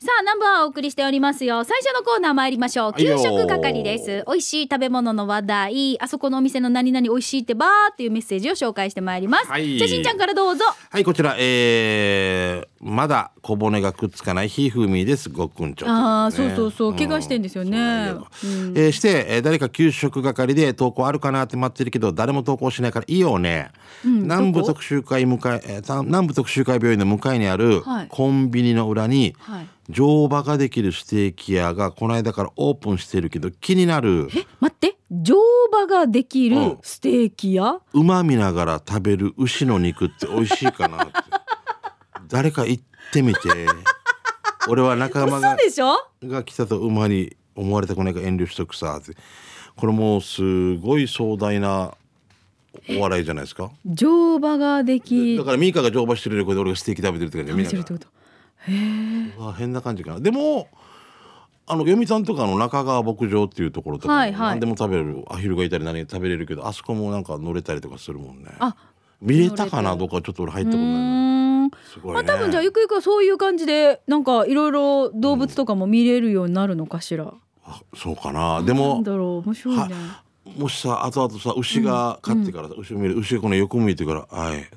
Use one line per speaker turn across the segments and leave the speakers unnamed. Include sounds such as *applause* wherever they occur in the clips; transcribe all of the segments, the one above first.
さあナンバーをお送りしておりますよ最初のコーナー参りましょう
はい
給
よ
食係です美味しい食べ物の話題あそこのお店の何々美味しいってばーっていうメッセージを紹介してまいります、
はい
じゃあしんちゃんからどうぞ
はい、こちら、えー、まだ小骨がくっつかないひふみです。ごっくんちょ、
あーそうそうそう怪我してんですよね
そうなんだけどえーして、えー誰か給食係で投稿あるかなって待ってるけど、誰も投稿しないからいいよね。南部特集会向かい、えーた南部特集会病院の向かいにある
はい
コンビニの裏に、
はい
乗馬ができるステーキ屋がこの間からオープンしてるけど気になる
え待って乗馬ができ
う
る
ん
ステーキ屋、
馬見ながら食べる牛の肉って美味しいかなって
*laughs*
誰か行ってみて俺は仲間
嘘
が
でしょ
が来たと馬に思われたくないから遠慮しとくさってこれもうすごい壮大なお笑いじゃないですか
乗馬ができ
だからミーカが乗馬してる横で俺がステーキ食べてるって感じ
食べてるってこと
あ変な感じかなでもあの読谷とかの中川牧場っていうところとか、
はいはい
何でも食べれるアヒルがいたり何食べれるけどあそこもなんか乗れたりとかするもんね
あ
見れたかなどうかちょっと俺入ったこ
う
とないな
ーん
すごいね、
まあ多分じゃあゆくゆくはそういう感じでなんかいろいろ動物とかも見れるようになるのかしら。
あそうかなで
なん
も
だろう面白いね。
はもしさ後々さ牛が飼ってからさ、牛を見る牛がこの横向いてから「はい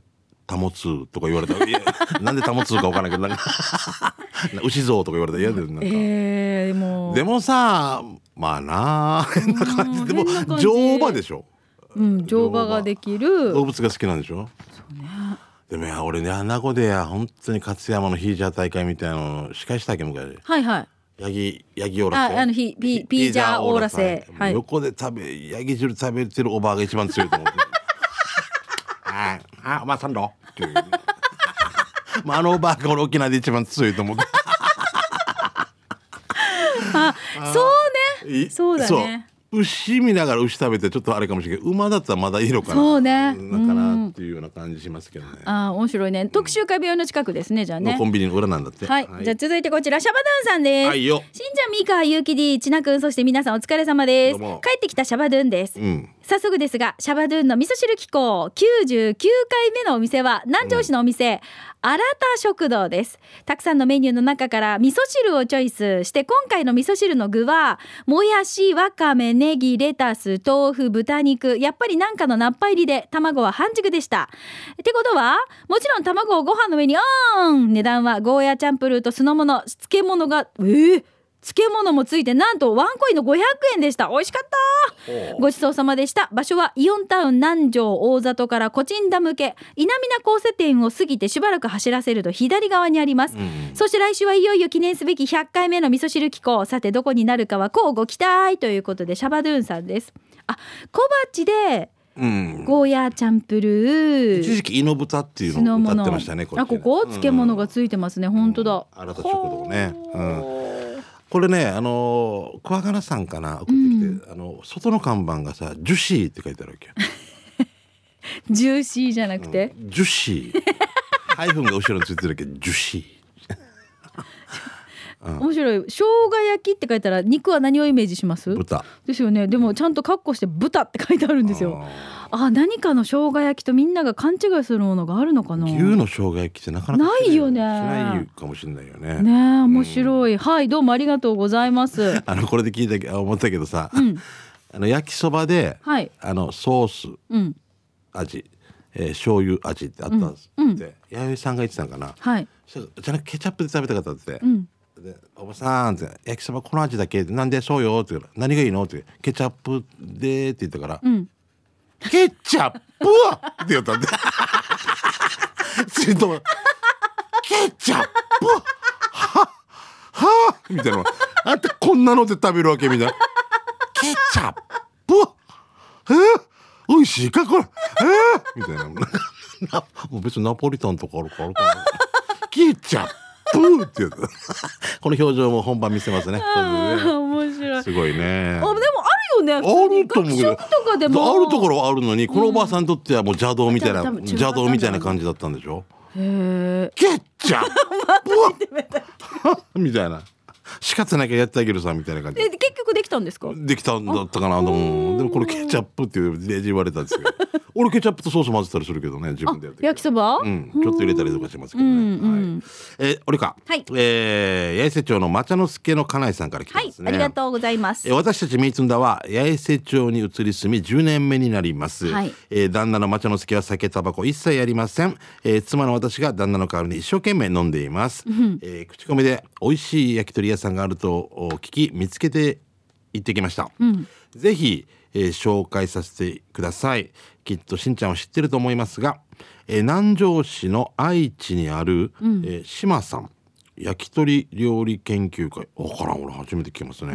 保つ」とか言われ *laughs* たら「いやなんで保つか分からないけどなんか *laughs* 牛像」とか言われたら嫌だよなんか。
えー、でも
でもさまあなあ変な感じでも
変な感じ
乗馬でしょ
うん乗馬ができる。
動物が好きなんでしょでもや俺ね穴子でや本当に勝山のヒージャー大会みたいなの司会したっけ昔
はいはい。
ヤギヤギオーラセ
ああのヒピピージャーオーラセ
もう
はい
横で食べヤギ汁食べてるおばあが一番強いと思ってはいあおばあさんだっていうまああのおばあが俺沖縄で一番強いと思って
あそうね。
い
*laughs* そうだね
そう牛見ながら牛食べてちょっとあれかもしれないけど馬だったらまだいいのかな
そうね
なかなっていうような感じしますけどね
あー面白いね。特集会病院の近くですねじゃあ
の
ね
コ。ンビニの裏なんだって
はい、じゃあ続いてこちらシャバドゥンさんです。
はいよ
しんちゃんみーかゆうきりちなくんそして皆さんお疲れ様です。
どうも
帰ってきたシャバドゥンです。
うん
早速ですがシャバドゥンの味噌汁機構99回目のお店は南城市のお店、新田食堂ですたくさんのメニューの中から味噌汁をチョイスして今回の味噌汁の具はもやしわかめネギレタス豆腐豚肉やっぱりなんかのナッパ入りで卵は半熟でしたってことはもちろん卵をご飯の上にオン値段はゴーヤチャンプルーと酢の物漬物がえー漬物もついてなんとワンコインの500円でした美味しかったごちそうさまでした場所はイオンタウン南城大里からコチンダ向け稲南交差点を過ぎてしばらく走らせると左側にあります、そして来週はいよいよ記念すべき100回目の味噌汁機構さてどこになるかは乞うご期待ということでシャバドゥンさんですあ小鉢で
うん
ゴーヤーチャンプルー
一時期イノブタっていう
酢の
のを
物
歌ってましたね
あここ漬物がついてますね、本当だ
新た食堂ねうん
ほー
これねあのークワガナさんかな送ってきて、あの外の看板がさ「ジュシー」って書いてあるわけよ
ジューシーじゃなくて、
ジュ
*laughs*
シーハイフンが後ろについてるだけジュシー
面白い生姜焼きって書いたら肉は何をイメージします
豚
ですよねでもちゃんとカッコして豚って書いてあるんですよあー何かの生姜焼きとみんなが勘違いするものがあるのかな
牛
ね
の生姜焼きってなかなか
ないよね
しないかもしれないよね
え面白い、はいどうもありがとうござい
*laughs*
ます
あのこれで聞いたけあ思ったけどさ、
ん
*laughs* あの焼きそばで、
はい
あのソース
うん
味、えー、醤油味ってあったんですって、
うんうん
弥生さんが言ってたんかな、
はい
そしたらじゃなくてケチャップで食べたかったって、
うん
でおばさん」って「焼きそばこの味だけ」なんでそうよ」って言うから「何がいいの?」って「ケチャップで」って言ったから「
ん
ケチャップ!」って言ったんですると「ケチャップははみたいな「あんたこんなので食べるわけ?」みたいな「ケチャップえー、美味しいかこれえー、みたいななもう別にナポリタンとかあるかあるかなケチャップって言うこの表情も本番見せます *laughs* ね。
あー *laughs* 面白いあ
すごいね。
でもあるよね普通に学食とかでも
あるところはあるのに、このおばあさんにとってはもう邪道みたいな
多分多分
邪道みたいな感じだったんでしょ。
へ
ケチャップ
*laughs*
みたいな。仕方なきゃやってあげるさみたいな感
え
じ。
で結局できたんですか
できたんだったかなと思う。でもこれケチャップっていうレジ言われたんですよ。俺ケチャップとソース混ぜたりするけどね自分でやる時
焼きそば、
うん、ちょっと入れたりとかしますけ
う
ど
ん
ね、
うん、
はいえー俺か、
はい
えー八重瀬町の抹茶の助の家内さんから来て
はい、
ますね、
ありがとうございます
えー私たちミーツンダは八重瀬町に移り住み10年目になります、
はい
えー旦那の抹茶の助は酒タバコ一切やりません、えー妻の私が旦那の代わりに一生懸命飲んでいます、えー口コミで美味しい焼き鳥屋さんがあるとお聞き見つけて行ってきました、ぜひ、えー紹介させてくださいきっとしんちゃんは知ってると思いますが、えー南城市の愛知にある、えー島さん焼き鳥料理研究会わからん俺初めて聞きますね、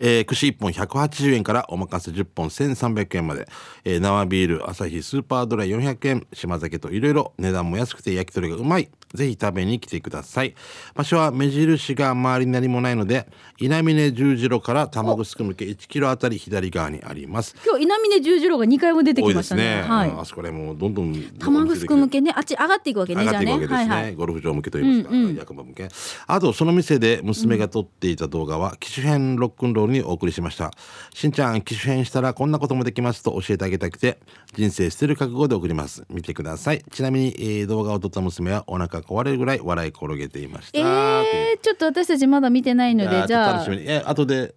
えー串1本180円からおまかせ10本1300円まで、えー生ビール朝日スーパードライ400円島酒といろいろ値段も安くて焼き鳥がうまいぜひ食べに来てください場所は目印が周りに何もないので稲峰十字路から玉城向け1キロあたり左側にあります
今日稲峰十字路が2回も出て
多
き
い
ま
で
した
す
ね
ね、
はい
うんあそこら辺もどんどん
玉城向
け
けねあっち上がっていくわけね
上
じ
が
ゃあ
ってい
ね
くわけですね、
はいはい
ゴルフ場向けと言いますか、役場向けあとその店で娘が撮っていた動画は機種編ロックンロールにお送りしましたしんちゃん機種編したらこんなこともできますと教えてあげたくて人生捨てる覚悟で送ります見てくださいちなみに、えー動画を撮った娘はお腹壊れるぐらい笑い転げていました
えー、ちょっと私たちまだ見てない
という
の
いや
でじ
ーちょっと
ゃ
楽
あ
しみにえ後で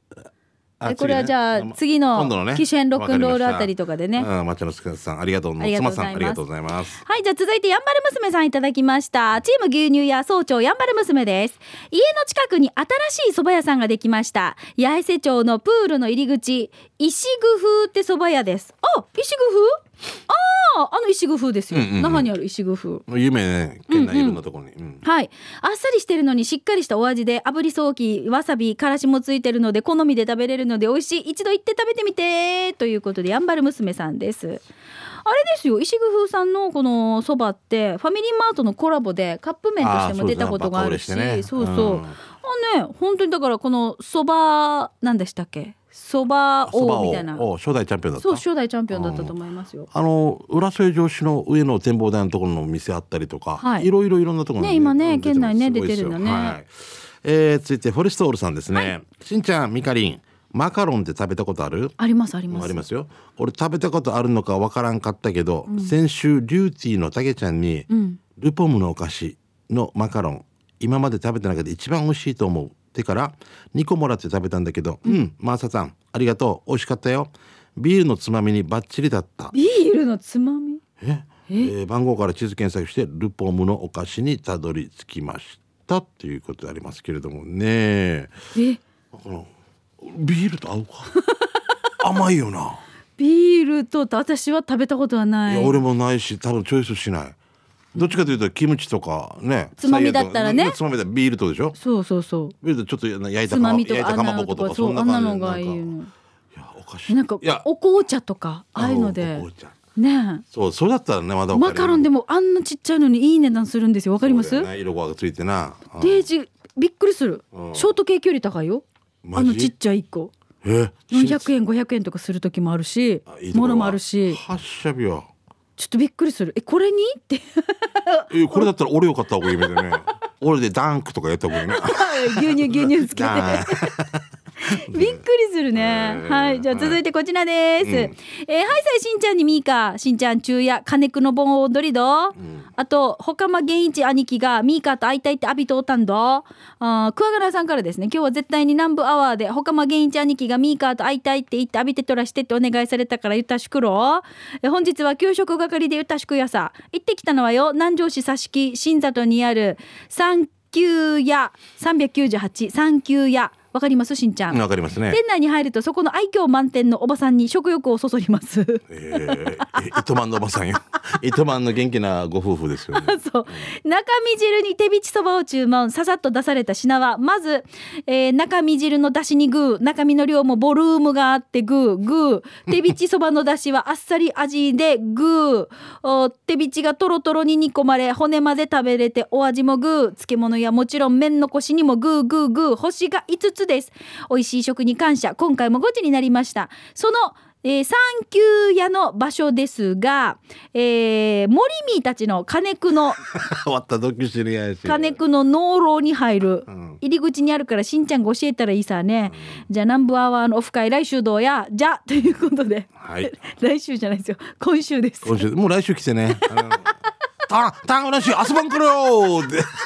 え
あ次ね
これはじゃあ
ま
次の
今度
機種編ロックンロールあたりとかでね
わりましたうん、町のすけさんありがとう
ありがとう
妻
ご
さん
ざいます
ありがとうございます
はい、じゃあ続いてやんばる娘さんいただきました。チーム牛乳屋総長やんばる娘です。家の近くに新しい蕎麦屋さんができました。八重瀬町のプールの入り口、石具風って蕎麦屋です。あ、石具風ああ、あの石具風ですよ。
うんうんうん
那覇にある石具風。
有名ね県内いろんなところに、うん
はい、あっさりしてるのにしっかりしたお味で炙りソーキわさびからしもついてるので好みで食べれるので美味しい一度行って食べてみてということでやんばる娘さんですあれですよ石工風さんのこのそばってファミリーマートのコラボでカップ麺としても出たことがあるし
あーそ
そ
うですね
う
バカ売れ
そう、
してねうん
あね本当にだからこのそばなんでしたっけそば
そば
王みたいな
を初代チャンピオンだった
そう初代チャンピオンだったと思いますよ
あの浦添城市の上の展望台のところの店あったりとか、
はい
い、ろいろいろんなところに
ね今ね
うん
県内ね
出てますすごい
出
ですよ
てるんだね
はいえー続いてフォレストオールさんですね、しんちゃんみかりんマカロンって食べたことある
ありますあります
ありますよ俺食べたことあるのかわからんかったけど、先週リューティーのたけちゃんに、
うん
ルポムのお菓子のマカロン今まで食べた中で一番美味しいと思うってから2個もらって食べたんだけどうん、マーサさんありがとう美味しかったよビールのつまみにバッチリだった
ビールのつまみ
ええー番号から地図検索してルポムのお菓子にたどり着きましたっていうことでありますけれどもね
え
このビールと合
*laughs*
うか甘いよな、、
ビールと私は食べたことはないい。
や俺もないし多分チョイスしないどっちかというとキムチとかね
つまみだったらね
サイヤとかつまみだったらビールとでしょ
そうそうそう。
ビールでちょっと焼いた
つまみと
焼い
かあ
たか
ん
ま
な
ぼ
の
こととか
かそ
そん
う
な
あんなの
感じ
がいい
なんか
の。
いやおかしい
なんか
いや
お紅茶とかああいうの
お
で
紅茶
ね
そうそれだったらねまだ
えマカロンで
も
もあんなちっちゃいのにいい値段するんですよ。わかります？
色がついてなうん
デージびっくりする。シ
うん
ョートケーキより高いよ。あ
マジ
のちっちゃい一個。
え
400円500円とかする時もあるし
あいいとこ
も
ろ
のも
は
あるし
発射日は
ちょっとびっくりするえこれにって
*laughs* えこれだったら俺よかった方がいいみたいなね *laughs* 俺でダンクとかやった方がいいな
牛乳牛乳つけて
ダン
びっくりするね。
うん
はい、じゃあ続いてこちらです。
うん
えーはいさいしんちゃんにみーか、しんちゃん中夜、金久の盆踊りど。あと、ほかま源一兄貴がみーかと会いたいってアビとおたんど。あー、桑原さんからですね、今日は絶対に南部アワーで、ほかま源一兄貴がみーかと会いたいって言って、アビテトラしてってお願いされたから、ゆたしくろう。えー本日は給食係でゆたしくやさ、行ってきたのはよ、南城市佐敷、新里にある。三級屋、三百九十八、三級屋。わかりますしんちゃん。
わかりますね
店内に入るとそこの愛嬌満点のおばさんに食欲をそそります
えー、え糸満のおばさんよ *laughs* 糸満の元気なご夫婦ですよね
そう中身汁に手びちそばを注文ささっと出された品はまず、えー中身汁の出汁にグー中身の量もボリュームがあってグーグー手びちそばの出汁はあっさり味でグーお手びちがとろとろに煮込まれ骨まで食べれてお味もグー漬物やもちろん麺のこしにもグーグーグー星が5つです美味しい食に感謝今回もごちになりましたそのえー、サンキュー屋の場所ですが、えー、モリミーたちの金久
*laughs*
の
終わった時知り合いし
金久の農廊に入る
うん
入り口にあるからしんちゃんが教えたらいいさね、じゃあ南部アワーのオフ会来週どうやじゃということで *laughs*
はい
来週じゃないですよ今週です
今週もう来週来て
*laughs*
ねあのたた来週遊ばんくろーって
*laughs*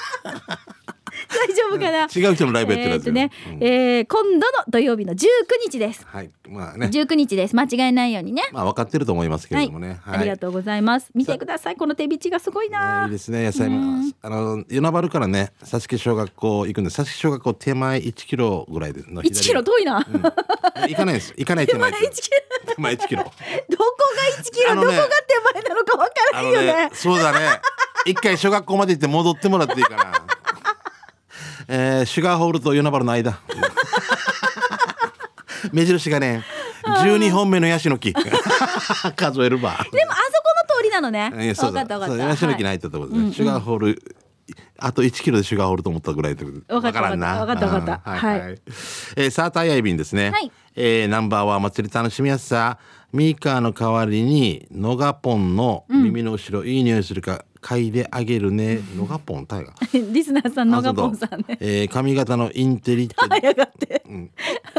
大丈夫かな、
違う人のライブや
えー
ってるやつ
と
よ
ね、
うん
えー今度の土曜日の19日です
はいまあね
19日です間違えないようにね
まあ分かってると思いますけれどもね
ありがとうございます見てくださいこの手びちがすごい
ねい
ない
ですね野菜もあの与那原からね佐敷小学校行くんで佐敷小学校手前1キロぐらいでの
1キロ遠いな、
うん
*laughs*
いや行かないです行かない手前
1キロ
手前1キロ
どこが1キロ、
あ
ど
の
こ
ね
が手前なのかわから
あ
ん
の
よね
ねそうだね一回小学校まで行って戻ってもらっていいかなえーシュガーホールと与那原の間目印がね12本目のヤシの
*laughs*
木数えるば
でもあそこの通りなのね
いやそ
わ
う
かった
だ
わか
そ
っ
う
た
ヤシの木
はい
ないってとこですね、シュガーホールあと1キロでシュガーホールと思ったぐらいで
わかった
わらんな
わかったわかったわかった
うんはい、
は
はいえー、サーターアイアイ便ですね、
はい
えーナンバーワン祭り楽しみやすさミーカーの代わりにノガポンの耳の後ろ、いい匂いするか嗅いであげるねノガポンタイガ
*laughs* リスナーさんのがぽんさんね
えー髪型のインテリって
早がって
うん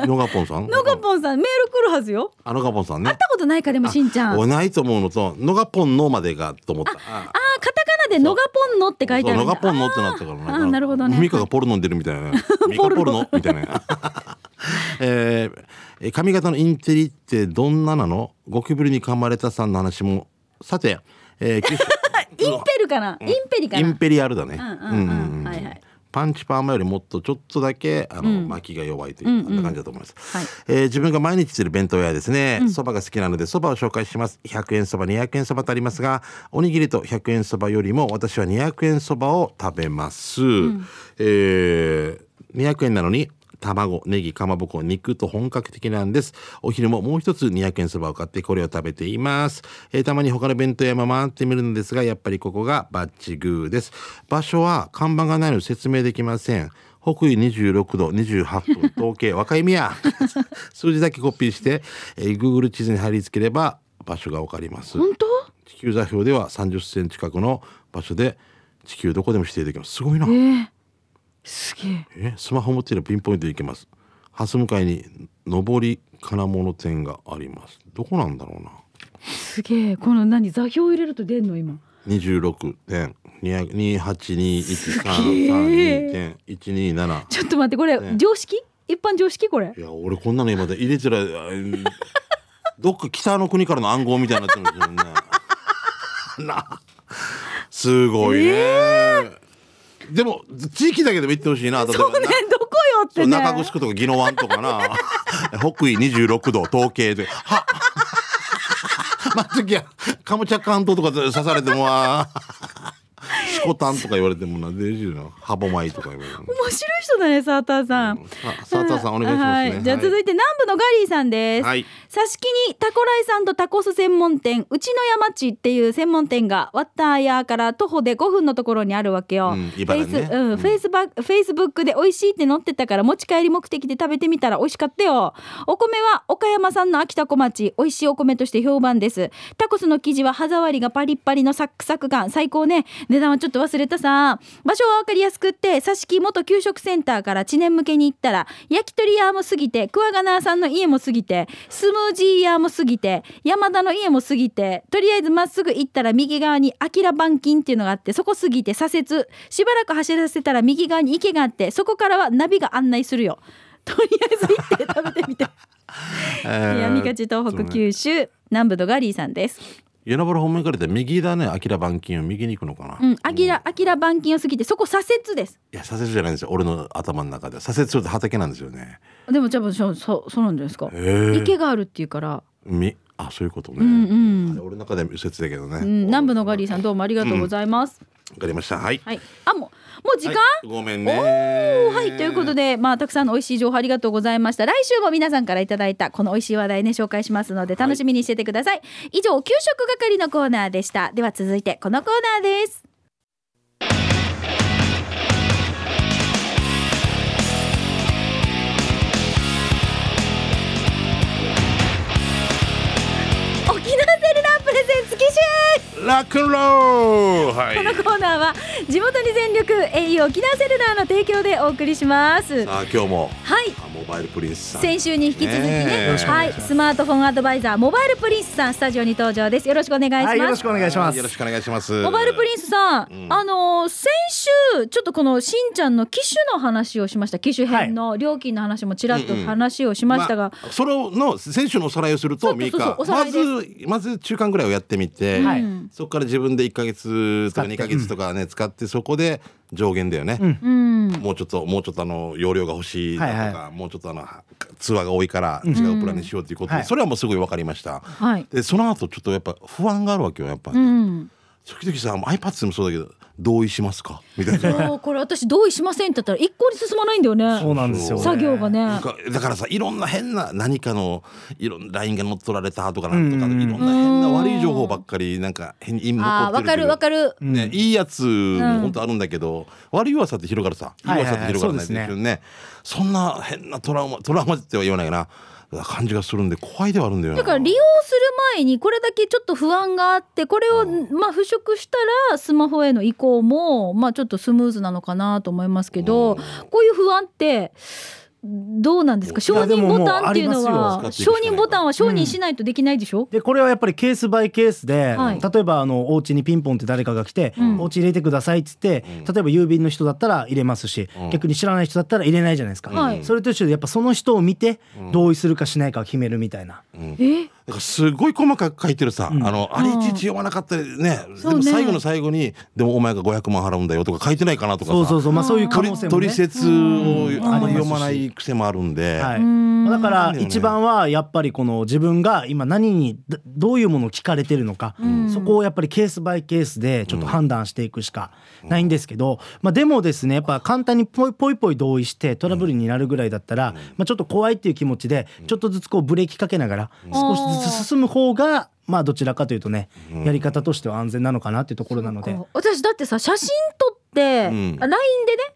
ノガポンさん
のがぽんさんメール来るはずよ
あノガポンさんね
会ったことないかでもしんちゃんあ
おないと思うのとノガポンのまでがと思ったあ
ーカタカナでのがぽんのって書いてある
そう
の
ノガポンのってなったから
あーなるほどね
ミカがポルノに出るみたいなね
*laughs*
ミカポルノみたいなえーえー髪型のインテリってどんななのゴキブリに噛まれたさんの話もさて、えー九州
*laughs* インペルかなインペリか
イ
な
ンペリアルだね
うんうんうんはいはい
パンチパーマよりもっとちょっとだけあの、巻きが弱いという、そんな感じだと思います、
はい
えー自分が毎日する弁当屋ですねそば、蕎麦が好きなのでそばを紹介します100円そば200円そばとありますがおにぎりと100円そばよりも私は200円そばを食べます、えー200円なのに卵ネギかまぼこ肉と本格的なんですお昼ももう一つ200円そばを買ってこれを食べています、えーたまに他の弁当屋も回ってみるのですがやっぱりここがバッチグーです場所は看板がないので説明できません北緯26度28分 *laughs* 統計若い宮 *laughs* 数字だけコピーして、えー Google 地図に貼り付ければ場所がわかります
本当
地球座標では30センチ角の場所で地球どこでも指定できますすごいな
えーすげえ
えスマホ持ってればピンポイントで行けます蓮向かいに上り金物店がありますどこなんだろうな
すげえこの何座標入れると出んの今
26点
げ
2821332127
ちょっと待ってこれ
ね
常識一般常識これ
いや俺こんなの今で入れてら *laughs* あうんどっか北の国からの暗号みたいになってるんですよね *laughs* なあすごいね、でも地域だけでも行ってほしいな例えば
そうね
な
どこよっ
そ
て
う
ね
中城とか宜野湾とかな *laughs* 北緯26度統計で *laughs* はまあ時はカムチャ関東とか刺されてもあー *laughs* シコタンとか言われてもなデジのハボマイとか言われても
面白い人だねサーターさん、
さサーターさんお願いしますね、
はい、じゃあ続いて南部のガリーさんです。
はい
挿し木にタコライさんとタコス専門店うちの山地っていう専門店がワッターヤーから徒歩で5分のところにあるわけよ。
うん
フェ
茨
イス
城ね
うん、フェイスバフェイスブックで美味しいって載ってたから持ち帰り目的で食べてみたら美味しかったよ。お米は岡山産の秋田小町美味しいお米として評判です。タコスの生地は歯触りがパリッパリのサックサク感最高ね。値段はちょっと忘れたさ。場所はわかりやすくって挿し木元給食センターから知念向けに行ったら焼き鳥屋も過ぎてクワガナーさんの家も過ぎてスムージー屋も過ぎて山田の家も過ぎてとりあえずまっすぐ行ったら右側にアキラ板金っていうのがあってそこ過ぎて左折しばらく走らせたら右側に池があってそこからはナビが案内するよ。とりあえず行 *laughs* って食べてみて
え
やみ
ー
かち東
そ
北
うね
九州南部のガリーさんです。
与那原方面からで右だねアキラ板金を右に行くのかな、
う
い
ん、アキラ、アキラ板金を過ぎてそこ左折です。
や左折じゃないんですよ俺の頭の中で左折すると畑なんですよね
でもじゃあそうそうそうなんじゃないですか
え。ー、
池があるっていうから。
みあそういうことね、
うんうん
あれ俺の中で右折だけどね、
うん、南部のガリーさんどうもありがとうございます。
わかりましたはい、
はい、あもうもう時間、
はいごめんね
おーはいということでまあたくさんの美味しい情報ありがとうございました。来週も皆さんからいただいたこの美味しい話題ね紹介しますので楽しみにしててください。以上給食係のコーナーでした。では続いてこのコーナーです。
ラックンロールはい
このコーナーは地元に全力 au 沖縄セルラーの提供でお送りしますは
さあ今日も
い
あモバイルプリンスさん
先週に引き続きね
ねえよろしくお
は
願
い
いします
スマートフォンアドバイザーモバイルプリンスさんスタジオに登場ですよろしくお願いします、
はいよろしくお願いします
よろしくお願いします
モバイルプリンスさん、
うん
あのー先週ちょっとこのしんちゃんの機種の話をしました機種編の料金の話もちらっと
うんうん
話をしましたが、
あそれの選手のおさらいをする
そう
と
そう
ミ
そう
カ
おさら
ま
い
ずまず中間ぐらいをやってみて、
はい
うん
そこから自分で1か月と
使
か
って
2か月とかね使ってそこで上限だよね、
うん
うん
もうちょっともうちょっとあの容量が欲しいだとか、
はいは
もうちょっとあの通話が多いから違うプランにしようということで、
はい
それはもうすごい分かりました。
はい、
でその後ちょっとやっぱ不安があるわけよやっぱ、
うん、
時々さ iPad でもそうだけど同意しますかみたい
*laughs*
な
もうこれ私同意しませんって言ったら一向に進まないんだよね
そうなんですよ、
作業がね
なんかだからさいろんな変な何かのいろんな LINE が乗っ取られたとかなんとか、
うん
いろんな変な悪い情報ばっかりなんか変に
ああ
残っ
わ
て
か
るけ
る
ど
わかる
ね、いいやつ
うん
も本当あるんだけど、悪い噂って広がるさいい
はいはい
噂
は
っ
い
て広がらないですよね,、そんな変なトラウマトラウマっては言わないかな感じがするんで怖いではあるんだよな
だから利用する前にこれだけちょっと不安があってこれをまあ払拭したらスマホへの移行もまあちょっとスムーズなのかなと思いますけど
うん
こういう不安ってどうなんですか承
いやで
認
ももう
ボタンっていうの
あ
は
ります
承
よ
認ボタンは承認しないとできないでしょ、
でこれはやっぱりケースバイケースで、
はい
例えばあのお家にピンポンって誰かが来て、
うん
お家入れてくださいっつって、
うん
例えば郵便の人だったら入れますし、
うん
逆に知らない人だったら入れないじゃないですか、
はい
それと一緒でやっぱその人を見て
うん
同意するかしないかを決めるみたいな、
うん
え
なんかすごい細かく書いてるさ、
うん
あのあれいちいち読まなかったりね、
そ
で
うね
も最後の最後に「でもお前が500万払うんだよ」とか書いてないかなとかさ
そうそうそうまあそういう可
取
能
り
性も
取
ね
説を
うん
あんまり読まない癖もあるんで、
は
うーん
い、だから
ね
一番はやっぱりこの自分が今何にどどういうものを聞かれてるのか、
ん
そこをやっぱりケースバイケースでちょっと判断していくしかないんですけど、まあ、でもですねやっぱ簡単にポイポイポイ同意してトラブルになるぐらいだったら、まあ、ちょっと怖いっていう気持ちでちょっとずつこうブレーキかけながら少しずつ進む方がまあどちらかというとねやり方としては安全なのかなっていうところなので
こう私だってさ写真撮って、
うん
あ LINE でね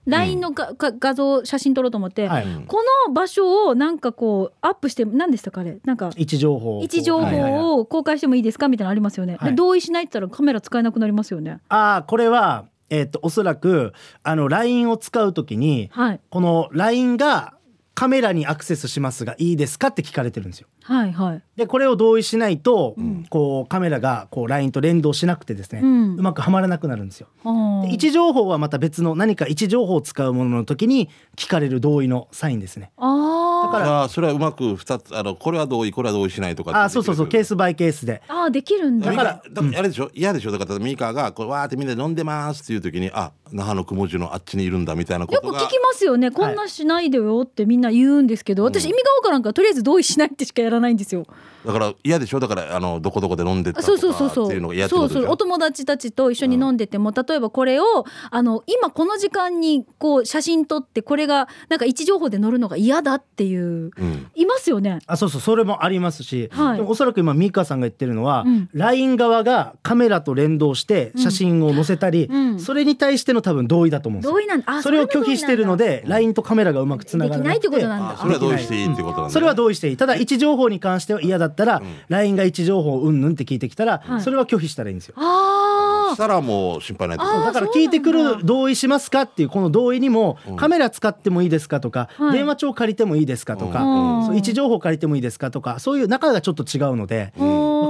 LINE のが、が画像写真撮ろうと思って、
はい
この場所をなんかこうアップして何でしたかあれなんか
位置情報を
位置情
はいはいはい
報を公開してもいいですかみたいなのありますよね、
はい
で同意しないって言ったらカメラ使えなくなりますよね
ああこれは、えっとおそらくあの LINE を使うときに
はい
この LINE がカメラにアクセスしますがいいですかって聞かれてるんですよ。
はいはい
でこれを同意しないと、
ん
こうカメラがこう LINE と連動しなくてですね、
う
うんまくはまらなくなるんですよ。
あ
で
ー
位置情報はまた別の何か位置情報を使うものの時に聞かれる同意のサインですね。
あ
だ
ー
か
だ
ら
からそれはうまく二つあのこれは同意これは同意しないとかって
あーそうそうそうケースバイケースで。
あーできるんだ
だ
だ
か
からら
だあれでしょ嫌でしょだからミカがこうわーってみんなで飲んでますっていう時にあ那覇の雲樹のあっちにいるんだみたいなこ
よ
と
く
が
聞きますよねこんなしないでよってみんな言うんですけど、私意味が分からんからとりあえず同意しないってしかやらないんですよ
だから嫌でしょだからあのどこどこで飲んでた
あ
とか
そう
って
そうそうそう
いうのが嫌って
そ
こ
う
と
そ
でし
う
ょ
お友達たちと一緒に飲んでても、例えばこれをあの今この時間にこう写真撮ってこれがなんか位置情報で載るのが嫌だっていう
うん
いますよね
あそうそうそれもありますし、
はい
でもおそらく今ミカさんが言ってるのは、
うん
LINE 側がカメラと連動して写真を載せたり、
うん
それに対しての多分同意だと思うんですよ
同意なんだあ
それを拒否してるので LINE とカメラがうまくつながらなく
できないってことなんだ
あそれは同意していいってことなんだ、ね、
それは同意していいただ位置情報に関しては嫌だったら LINE が位置情報をうんぬんって聞いてきた
はい
らそれは拒否したらいいんですよ
あ
そしたらもう心配ないってこ
あー
だから聞いてく
そうなんだ
る同意しますかっていうこの同意にもカメラ使ってもいいですかとか
はい
電話帳借りてもいいですかと
あ
か
うん
そう位置情報借りてもいいですかとかそういう中がちょっと違うので
こ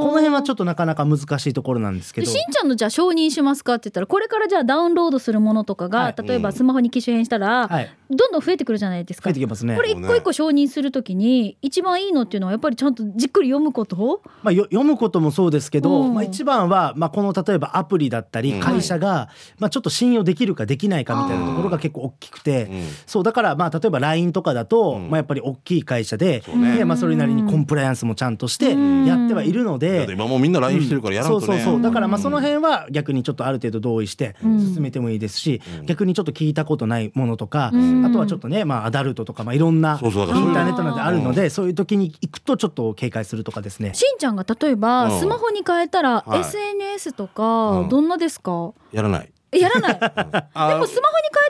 この辺はちょ
っ
っとなかなか難しいところなんですけ
で
ど
しんちゃんのじゃあ承認しますかって言ったらこれからじゃあダウンロードするものとかが、
はい
例えばスマホに機種変したら、
はい
どんどん増えてくるじゃないです
増
か
えてきますね
これ一個一個承認するときに一番いいのっていうのはやっぱりちゃんとじっくり読むこと
まあ、よ読むこともそうですけど、
うん
まあ、一番は、まあ、この例えばアプリだった
うん
り会社が、まあ、ちょっと信用できるかできないかみたいなところが結構大きくて、
うん
そうだからまあ例えば LINE とかだと、
うん
まあ、やっぱり大きい会社で,、
そうね
でまあ、それなりにコンプライアンスもちゃんとして
うん
やってはいるの
と
で。
だって今もうみんな LINE してるからやらんとね、
そうそうそうだからまあ
うん
その辺は逆にちょっとある程度同意して
うん
進めてもいいですし、
うん
逆にちょっと聞いたことないものとか、
うん
あとはちょっとね、まあ、アダルトとか、まあ、いろんなイ
そう
ン
そうだ
タ
からそういう
ーネットなどであるので、そういう時に行くとちょっと警戒するとかですね。
しんちゃんが例えば
うん
スマホに変えたら
はい
SNS とか
うん
どんなですか、
やらない
やらない
*laughs*
で
あ
もスマホに変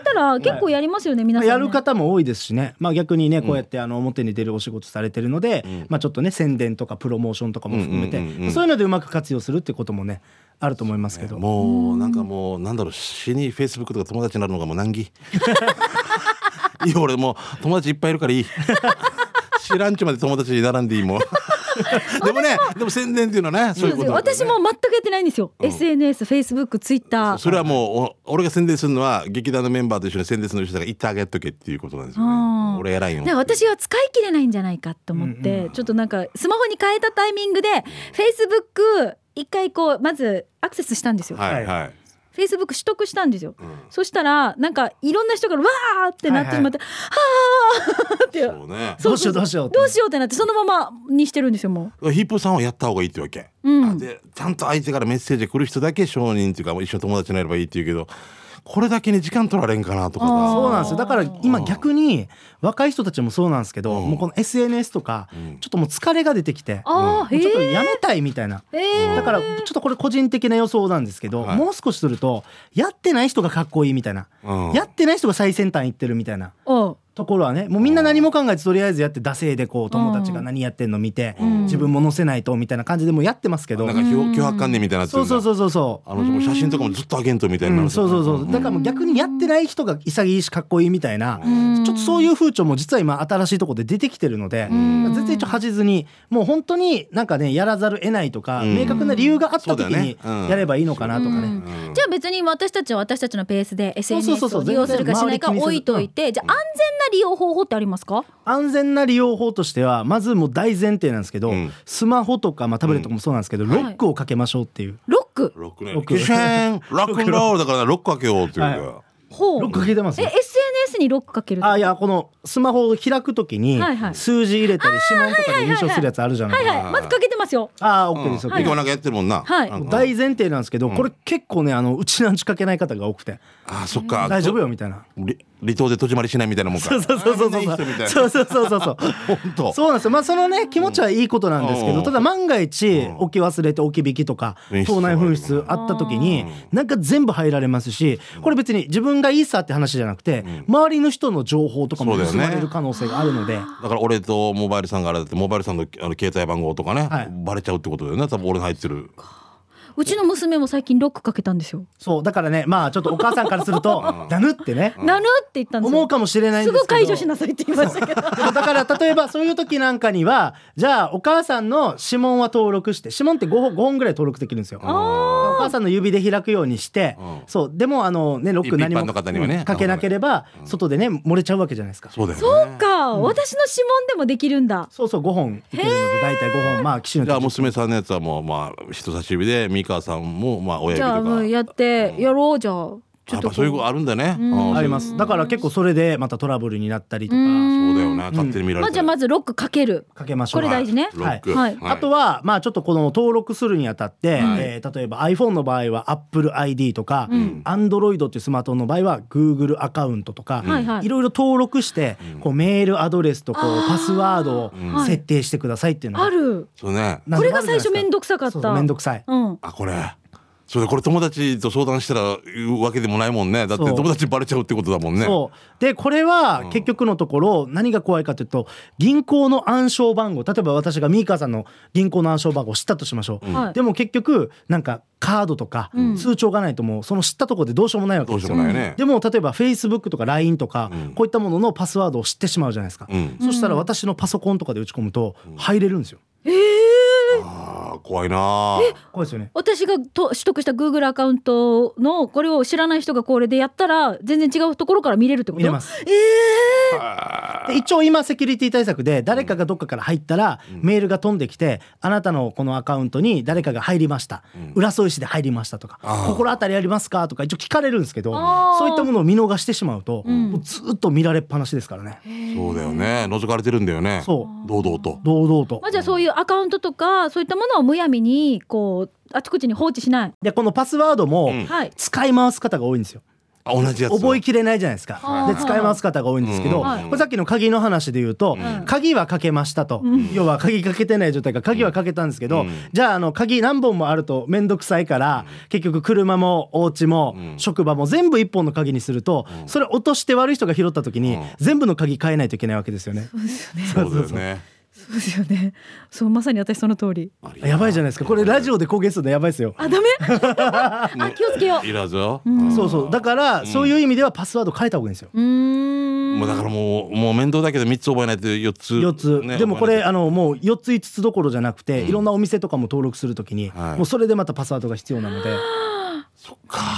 えたら結構やりますよね皆さんね
やる方も多いですしね、まあ、逆にねこうやってあの表に出るお仕事されてるので、まあ、ちょっとね宣伝とかプロモーションとかも含めて、
うんうんうんうん
そういうのでうまく活用するってこともねあると思いますけど、
もうなんかもうなんだろう死にフェイスブックとか友達になるのがもう難儀いや俺もう友達いっぱいいるからいい知らんちまで友達に並んでいいもんでもねでも宣伝っていうのはねそういうことなんだよね
私も全くやってないんですよ、SNS、Facebook、Twitter
それはもうお俺が宣伝するのは劇団のメンバーと一緒に宣伝する人だから行ってあげとけっていうことなんですよ
あ
ね
ー
俺偉いよ
で私は使い切れないんじゃないかと思って、ちょっとなんかスマホに変えたタイミングで Facebook 一回こうまずアクセスしたんですよ、
はいはい、
Facebook 取得したんですよ、
うん
そしたらなんかいろんな人からわーってなってしまって、はあーって
そうね
そう
どうしようどうしよう
どうしようってなってそのままにしてるんですよも
ヒップさんはやった方がいいってわけ、
う、うん、
でちゃんと相手からメッセージが来る人だけ承認っていうかもう一緒に友達になればいいっていうけどこれだけに時間取られんかなとかさ
あー
そうなんですよだから今
うん
逆に若い人たちもそうなんですけど、
うん
もうこの SNS とか
うん
ちょっともう疲れが出てきて、
あー
もうちょっと
へ
やめたいみたいな。
ええー
だからちょっとこれ個人的な予想なんですけど、
はい
もう少しするとやってない人がかっこいいみたいな、
うん
やってない人が最先端行ってるみたいな
おう
ところはねもうみんな何も考えずとりあえずやって惰性でこう友達が何やってんの見て、
うん
自分も載せないとみたいな感じでもうやってますけど、
なんかひょ脅迫観念みたいになって
そ
る
う
だ
んそうそうそうそ
あのもう写真とかもずっとあげんとみた
う、
いに
う
なる
ん、
とか
そうそうそうだからもう逆にやってない人が潔いしかっこいいみたいな、
うん
ちょっとそういう風潮も実は今新しいところで出てきてるので、
ん
全然一応恥じずにもう本当になんかねやらざるを得ないとか、
うん
明確な理由があった時
そうだよね
に
うん
やればいいのかなとかね。
うん
うん
じゃあ別に私たちは私たちのペースで
うそう
SNS
そうそう
を利用するかしないか
全然周
置
り
いといてじゃあ安全な利用方法ってありますか
安全な利用法としてはまずもう大前提なんですけど、
うん
スマホとか、まあ、タブレットもそうなんですけど、
はい
ロックをかけましょうっていう、
ロック
ロックね
ロック
キシェーンロックンロールだからロック開けようっていうか、
ほう
ロックかけてます
え SNS にロックかける
あいやこのスマホを開くときに
はいはい
数字入れたり指紋とかで入手するやつあるじゃな
はい
いですか、
はいまずかけてますよ
ああ
う
OK です
ん
OK
結
です
構なんかやってるもんな、
はい
なんか
大前提なんですけど、これ結構ねあのうちなんちかけない方が多くて
あそっか
大丈夫よみたいな
離離島で戸締まりしないみたいなもんか
そうそうそうそうそ
あ
う
みんないい人みたいな
そうそうそうそうそう
*laughs* 本当
そうなんですよまあそのね気持ちはいいことなんですけ
う
ど
ん
ただ万が一
うん
置き忘れて置き引きとか
紛失
島内紛失あった時になんか全部入られますしこれ別に自分がいいさって話じゃなくて周りの人の情報とかも
そうだよ
盗
ね
まれる可能性があるので。
だから俺とモバイルさんがあれだってモバイルさんのあの携帯番号とかね、
はい
バレちゃうってことだよね多分俺が入ってる
うちの娘も最近ロックかけたんですよ
そうだからねまあちょっとお母さんからする
*laughs*
と「だぬ」ってね
なるって言ったんですよ
思うかもしれないん
す
ですけ
ぐ
ど
解除しなさいって言いましたけ
*laughs*
ど
でもだから例えばそういう時なんかにはじゃあお母さんの指紋は登録して指紋って 5, 本5本ぐらい登録できるんですよ。お母さんの指で開くようにして、
うん
そうでもあのねロック何
一般
も
の方にはね
かけなければ外でね漏れちゃうわけじゃないですか。
そうだよね
そうか私の指紋でもできるんだ
そうそう5本いけるので大体5本まあ騎士の
じゃあ
時
娘さんのやつはもうまあ人差し指で美川さんもまあ親
じゃあもう
指とか
やってやろうじゃあちょ
や
っ
っ
と
ぱそういうことあるんだね、うん
ありますだから結構それでまたトラブルになったりとか
そうだよね勝手に見ら
まあ
れて
じゃあ
る
まずロックかける
かけましょ
こ
う
れ大事ね
ロック、
はい
あとはまあちょっとこの登録するにあたっ
は
て、
い
えー例えば iPhone の場合は AppleID とか、
ん
Android っていうスマートフォンの場合は Google アカウントとか、
はいはい
いろいろ登録して、こうメールアドレスとこ
あ
う
ー
パスワードを
はい
設定してくださいっていうのが
ある
そうね
なん
こ
か
れが最初
あるじゃないで
め
す
んどくさかった
そうそうめんどくさい。
うん
あこれそれでこれ友達と相談したら言うわけでもないもんねだって
そう
友達バレちゃうってことだもんね
そうでこれは結局のところ何が怖いかというと銀行の暗証番号例えば私がミーカーさんの銀行の暗証番号を知ったとしましょう、
はい
でも結局なんかカードとか
うん
通帳がないともうその知ったところでどうしようもないわけ
どう
で
し
す
よ
よ
うもないね、
でも例えば Facebook とか LINE とか
うん
こういったもののパスワードを知ってしまうじゃないですか、
うん
そしたら私のパソコンとかで打ち込むと入れるんですよ
ええ
あー怖いなあ
怖いですよね
私がと取得した Google アカウントのこれを知らない人がこれでやったら全然違うところから見れるってこと
見れます
ええ
で一応今セキュリティ対策で誰かがどっかから入ったらメールが飛んできてあなたのこのアカウントに誰かが入りました裏添いしで入りましたとか
あー
心当たりありますかとか一応聞かれるんですけど
あー
そういったものを見逃してしまうと
うん
もうずっと見られっぱなしですからね
そうだよね覗かれてるんだよね
そう
堂々と
う堂々と
まあ、じゃあそういうアカウントとかそういったものをむやみにこうあちこちに放置しない。
でこのパスワードも
うん
はい。
使い回す方が多いんですよ
あ同じやつを
覚えきれないじゃないですか。
はい
で使い回す方が多いんですけど、
うん
うんうん
まあさっきの鍵の話で言うと、
うん
鍵はかけましたと、要は鍵かけてない状態から鍵はかけたんですけど、
うん
じゃああの鍵何本もあると面倒くさいから、結局車もお家も、
うん
職場も全部一本の鍵にすると、
うん
それ落として悪い人が拾った時に、
うん
全部の鍵変えないといけないわけですよね。
そうですよね
そうだよね
そうですよねそうまさに私その通り
やばいじゃないですか。これラジオで公言するのやばいですよ。
あ *laughs* ダメあ気をつけよ
いらずよ、
ん
そうそう。だから、
ん
そういう意味ではパスワード変えた方がいいんですよ。
ううーん
もうだからもうもう面倒だけど三つ覚えないと四つ、
四つ、
ね
でもこ
覚え
れ
ない
あのもう四つ五つどころじゃなくて、
うん
いろんなお店とかも登録するときに、
はい
もうそれでまたパスワードが必要なので、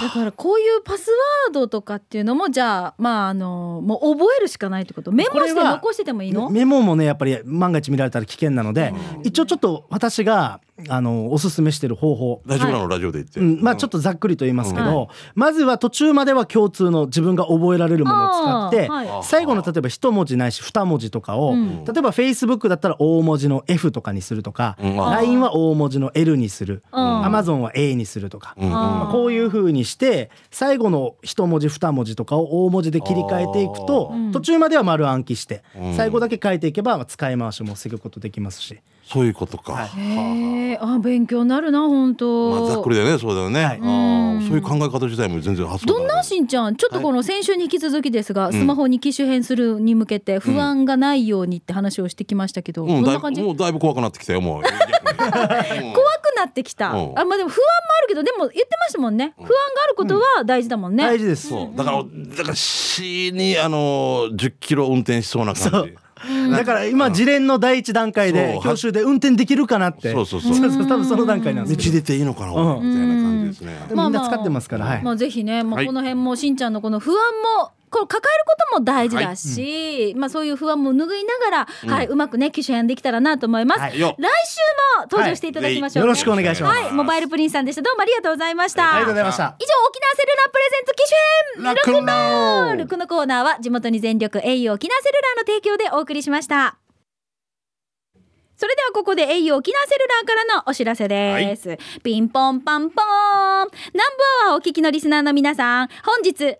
だからこういうパスワードとかっていうのもじゃあまああのもう覚えるしかないってことメモして
これは
残しててもいいの
メモもねやっぱり万が一見られたら危険なので、一応ちょっと私があのおすすめしてる方法。
ラジオなの、ラジオで言って、
うん、まあちょっとざっくりと言いますけど、まずは途中までは共通の自分が覚えられるものを使って、
あーはい
最後の例えば一文字ないし二文字とかを、
うん
例えば Facebook だったら大文字の F とかにするとか、
うん
LINE は大文字の L にする、
うん
Amazon は A にするとか、
うん
あ
まあこういうふうにして最後の一文字二文字とかを大文字で切り替えていくと
あ
ー
途中までは丸暗記して
うん
最後だけ変えていけばまあ使い回しも防ぐことできますし
そういうことか、
はい
へえあ勉強になるな本当、
まあ、ざっくりだよねそうだよね、
はい
あー
うん
そういう考え方自体も全然発想
どんなしんちゃんちょっとこの先週に引き続きですが、スマホに機種変するに向けて不安がないようにって話をしてきましたけど、
うん、
どん
だい
な感じ
ぶ
怖
もうだいぶ怖くなってきた
*laughs*
よもう逆にうん
くなってきた、
うん
あまあでも不安もあるけどでも言ってましたもんね不安があることは大事だもんね、
大事です
そうだからだから死にあの10キロ運転しそうな
そ
感
う
じ
だから今事例の第一段階で
そう
教習で運転できるかなって
そうそうそう
そう *laughs* 多分その段階なん
道
ですけ
出ていいのかな、
うん
みたいな感じですね、
ど
まあ
みんな使ってますからはい
まあぜひね、まあ、
はい
この辺もしんちゃんのこの不安もこう抱えることも大事だし、まあそういう不安も拭いながら、はい、うまくね機種変できたらなと思います、
はい
来週
よ
も登場していただきましょう、ね
よろしくお願いし
は
ますあ
い
り
はい、モバイルプリンスさんでしたどうもありがとうございました、
がとうございました
以上沖縄セルラープレゼンツ機種
ラク
編
ナ
ルクのコーナーは地元に全力 au 沖縄セルラーの提供でお送りしましたそれではここで au 沖縄セルラーからのお知らせです、ピンポンパンポーンナンバーはお聞きのリスナーの皆さん本日8月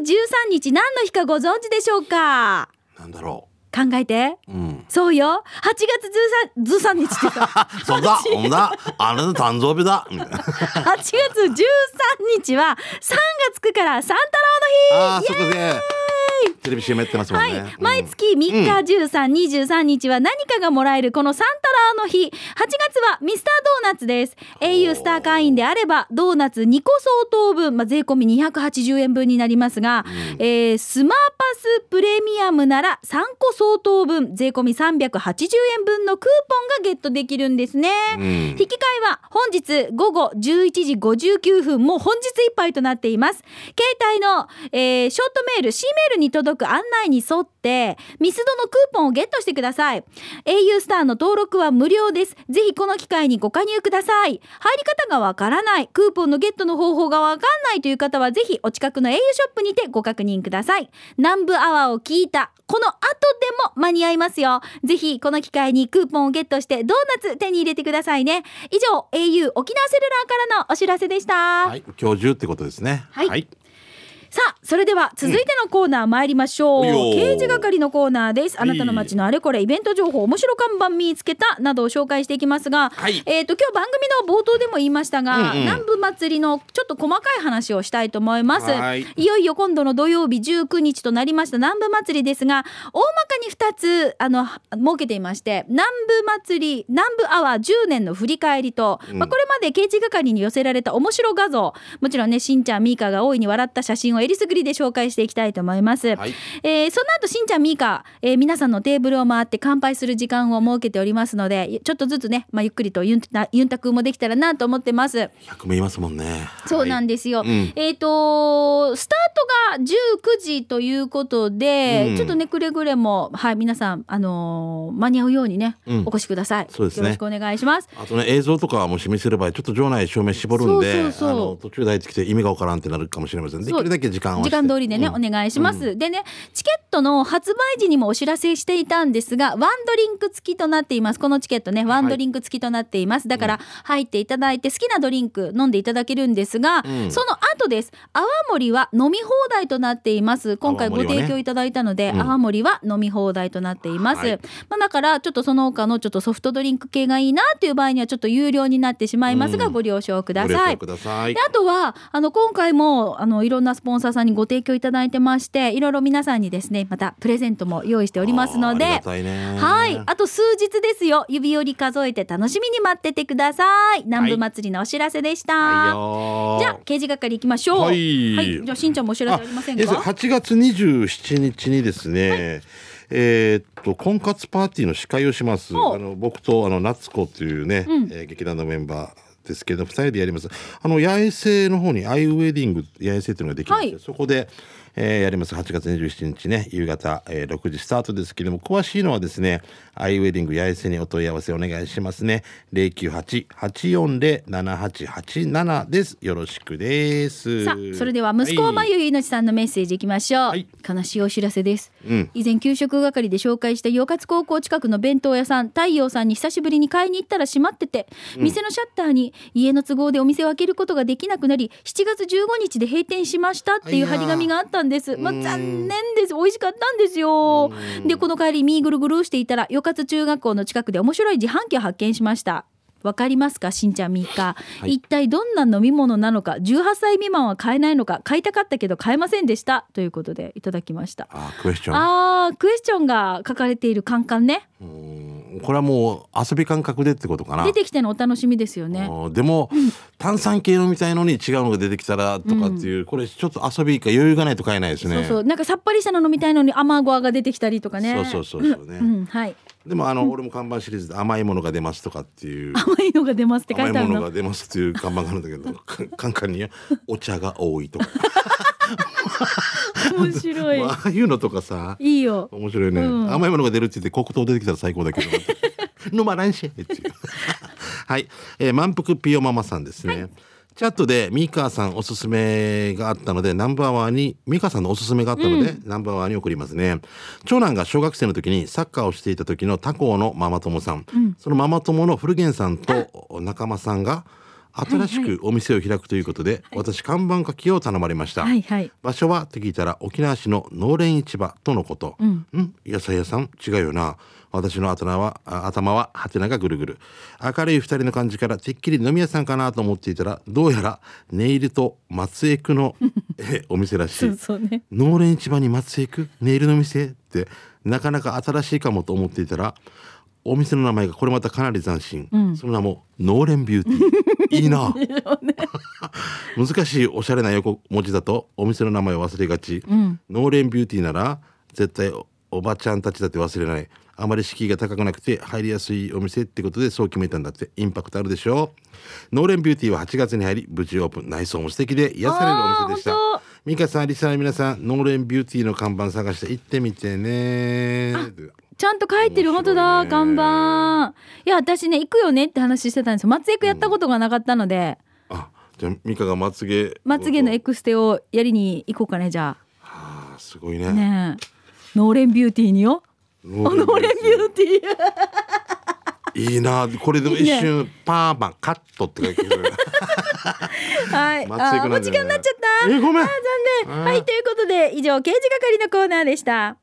13日何の日かご存知でしょうか
なんだろ
考えて
ううん
そうよ8月13 13日って言 *laughs* った
そうだ、おんだ、あなた誕生日だ。みたいな
8月13日は3月9からサンタロウの日
あー、そこで。テレビ CM やってますもん
は
ね。
い、毎月3日13、23日は何かがもらえるこのサンタラーの日8月はミスタードーナツです au スター会員であればドーナツ2個相当分、まあ、税込み280円分になりますが、えースマーパスプレミアムなら3個相当分税込み380円分のクーポンがゲットできるんですね、
うん。うん
引き換えは本日午後11時59分もう本日いっぱいとなっています携帯の、えーショートメール C メールに届く案内に沿ってミスドのクーポンをゲットしてください au スターの登録は無料ですぜひこの機会にご加入ください入り方がわからないクーポンのゲットの方法がわかんないという方はぜひお近くの au ショップにてご確認ください南部アワーを聞いたこの後でも間に合いますよぜひこの機会にクーポンをゲットしてドーナツ手に入れてくださいね以上 au 沖縄セルラーからのお知らせでした、
はい、今日中ってことですね。
はい
はい。
さあそれでは続いてのコーナー参りましょう、
うんおいよ
刑事係のコーナーですあ
はい
なたの街のあれこれイベント情報面白看板見つけたなどを紹介していきますが、
はい
えっ、と今日番組の冒頭でも言いましたが、
うんうん
南部祭りのちょっと細かい話をしたいと思います
はい
いよいよ今度の土曜日19日となりました南部祭りですが大まかに2つあのは設けていまして南部祭り南部アワー10年の振り返りと、
うん
まあ、これまで刑事係に寄せられた面白画像もちろんねしんちゃんみーかが大いに笑った写真をえりすぐりで紹介していきたいと思います。
はい。
えーその後しんちゃんみーか、えー皆さんのテーブルを回って乾杯する時間を設けておりますのでちょっとずつね、まあ、ゆっくりとユンタユンタクもできたらなと思ってます。
百名いますもんね。
そうなん
で
ですよ、
はいうん
えっ、とスタートが19時ということで、
うん
ちょっとねくれぐれもはい皆さんあのー間に合うようにね、
うん
お越しください
そうですね
よろしくお願いします
す。あとね、映像とかも示せれば、ちょっと場内照明絞るんで、
そうそうそう
あの途中で入ってきて意味がわからんってなるかもしれません。でき
そう
るだけ時間を。
時間通りでね、
うん
お願いします、でねチケットの発売時にもお知らせしていたんですがワンドリンク付きとなっていますこのチケットねワンドリンク付きとなっています、だから入っていただいて好きなドリンク飲んでいただけるんですが、
うん
その後とです泡盛は飲み放題となっています今回
泡
ご
盛はね
提供いただいたので
うん
泡盛は,、飲み放題となっています、
はい
まあ、だからちょっとその他のちょっとソフトドリンク系がいいなっていう場合にはちょっと有料になってしまいますが
うん
ご了承くだ
ご了
さ
承
い
ください
であとはあの今回もあのいろんなスポンサーさんにご提供いただいてましていろいろ皆さんにですねまたプレゼントも用意しておりますの
あーあり
で
がたいね
はいあと数日ですよ指折り数えて楽しみに待っててください南部祭りのお知らせでした、
はいよー
じゃあ刑事係行きましょう
はい
じゃあしんちゃんもお知らせありません
いいですよ
か
8月27日にですね、えーっと婚活パーティーの司会をします
ほう
あの僕とあの夏子というね、
うん
えー劇団のメンバーですけれども2人でやりますあの八重瀬の方にアイウェディング八重瀬というのができるんですよ、
はい
そこで、えーやります8月27日ね夕方、えー6時スタートですけれども詳しいのはですねアイウェディング八重瀬にお問い合わせお願いしますね098-840-7887ですよろしくです
さあそれでは息子
はい
まゆいのちさんのメッセージいきましょう、
はい
悲しいお知らせです、
うん
以前給食係で紹介した洋活高校近くの弁当屋さん太陽さんに久しぶりに買いに行ったら閉まってて、店のシャッターに家の都合でお店を開けることができなくなり7月15日で閉店しましたっていう
あいや
張
ー
り紙があったんですまあ
うん
残念です美味しかったんですよでこの帰りミーグルグルーしていたらよかつ中学校の近くで面白い自販機を発見しましたわかりますかしんちゃんみーか、
い
一体どんな飲み物なのか18歳未満は買えないのか買いたかったけど買えませんでしたということでいただきました
あークエスチョン
あークエスチョンが書かれているカンカンね
うんこれはもう遊び感覚でってことかな
出てきてのお楽しみですよね
うんでも炭酸系のみたいのに違うのが出てきたらとかっていう、これちょっと遊びか余裕がないと買えないです
そ
ね
うそうなんかさっぱりしたの飲みたいのにアマゴアが出てきたりとかね
そうそうそうそうね
うん、はい
でもあの、俺も看板シリーズで甘いものが出ますとかっていう
甘いのが出ますって書
甘
い
い
てある
も
の
のが出ますっていう看板があるんだけどか *laughs* カンカンにお茶が多いとか、
面白い
まあああいうのとかさ
いい
*laughs*
よ
面白いね、
うん
甘いものが出るって言って黒糖出てきたら最高だけど飲まないしって *laughs* いうはい、えー、満腹ピオママさんですね、チャットでミカさんおすすめがあったのでナンバーワンにミカさんのおすすめがあったので、ナンバーワンに送りますね長男が小学生の時にサッカーをしていた時の他校のママ友さん、そのママ友の古源さんと仲間さんが新しくお店を開くということで、私看板書きを頼まれました、
はいはい
場所はって聞いたら沖縄市の農連市場とのこと、うん、野菜屋さん違うよな私の頭はあ頭はハテナがぐるぐる明るい二人の感じからてっきり飲み屋さんかなと思っていたらどうやらネイルと松江
*laughs*
区のえお店らし
そう
い
そうね
農連市場に松江区ネイルの店ってなかなか新しいかもと思っていたらお店の名前がこれまたかなり斬新、その名も農連ビューティーいいな *laughs* 難しいおしゃれな横文字だとお店の名前を忘れがち、農連ビューティーなら絶対おおばちゃんたちだって忘れないあまり敷居が高くなくて入りやすいお店ってことでそう決めたんだってインパクトあるでしょ農連ビューティーは8月に入り無事オープン内装も素敵で癒されるお店でした
あー本当
ミカさんリスナーの皆さん農連ビューティーの看板探して行ってみてね
ちゃんと書いてる
面
本当
白
だ
いね
看板いや私ね行くよねって話してたんですよ松江区やったことがなかったので、
あじゃあミカがまつげ
まつげのエクステをやりに行こうかねじゃ
あーすごい
あ
ね
ねえ農連ビューティーによ
農
農連ビューティー
いいなこれでも一瞬パーマカットって書い
*laughs*
てる
はい、
松江
あ
区
ーも
な
うん時
だよね
間になっちゃった
えごめん
あー残念はいということで以上刑事係のコーナーでした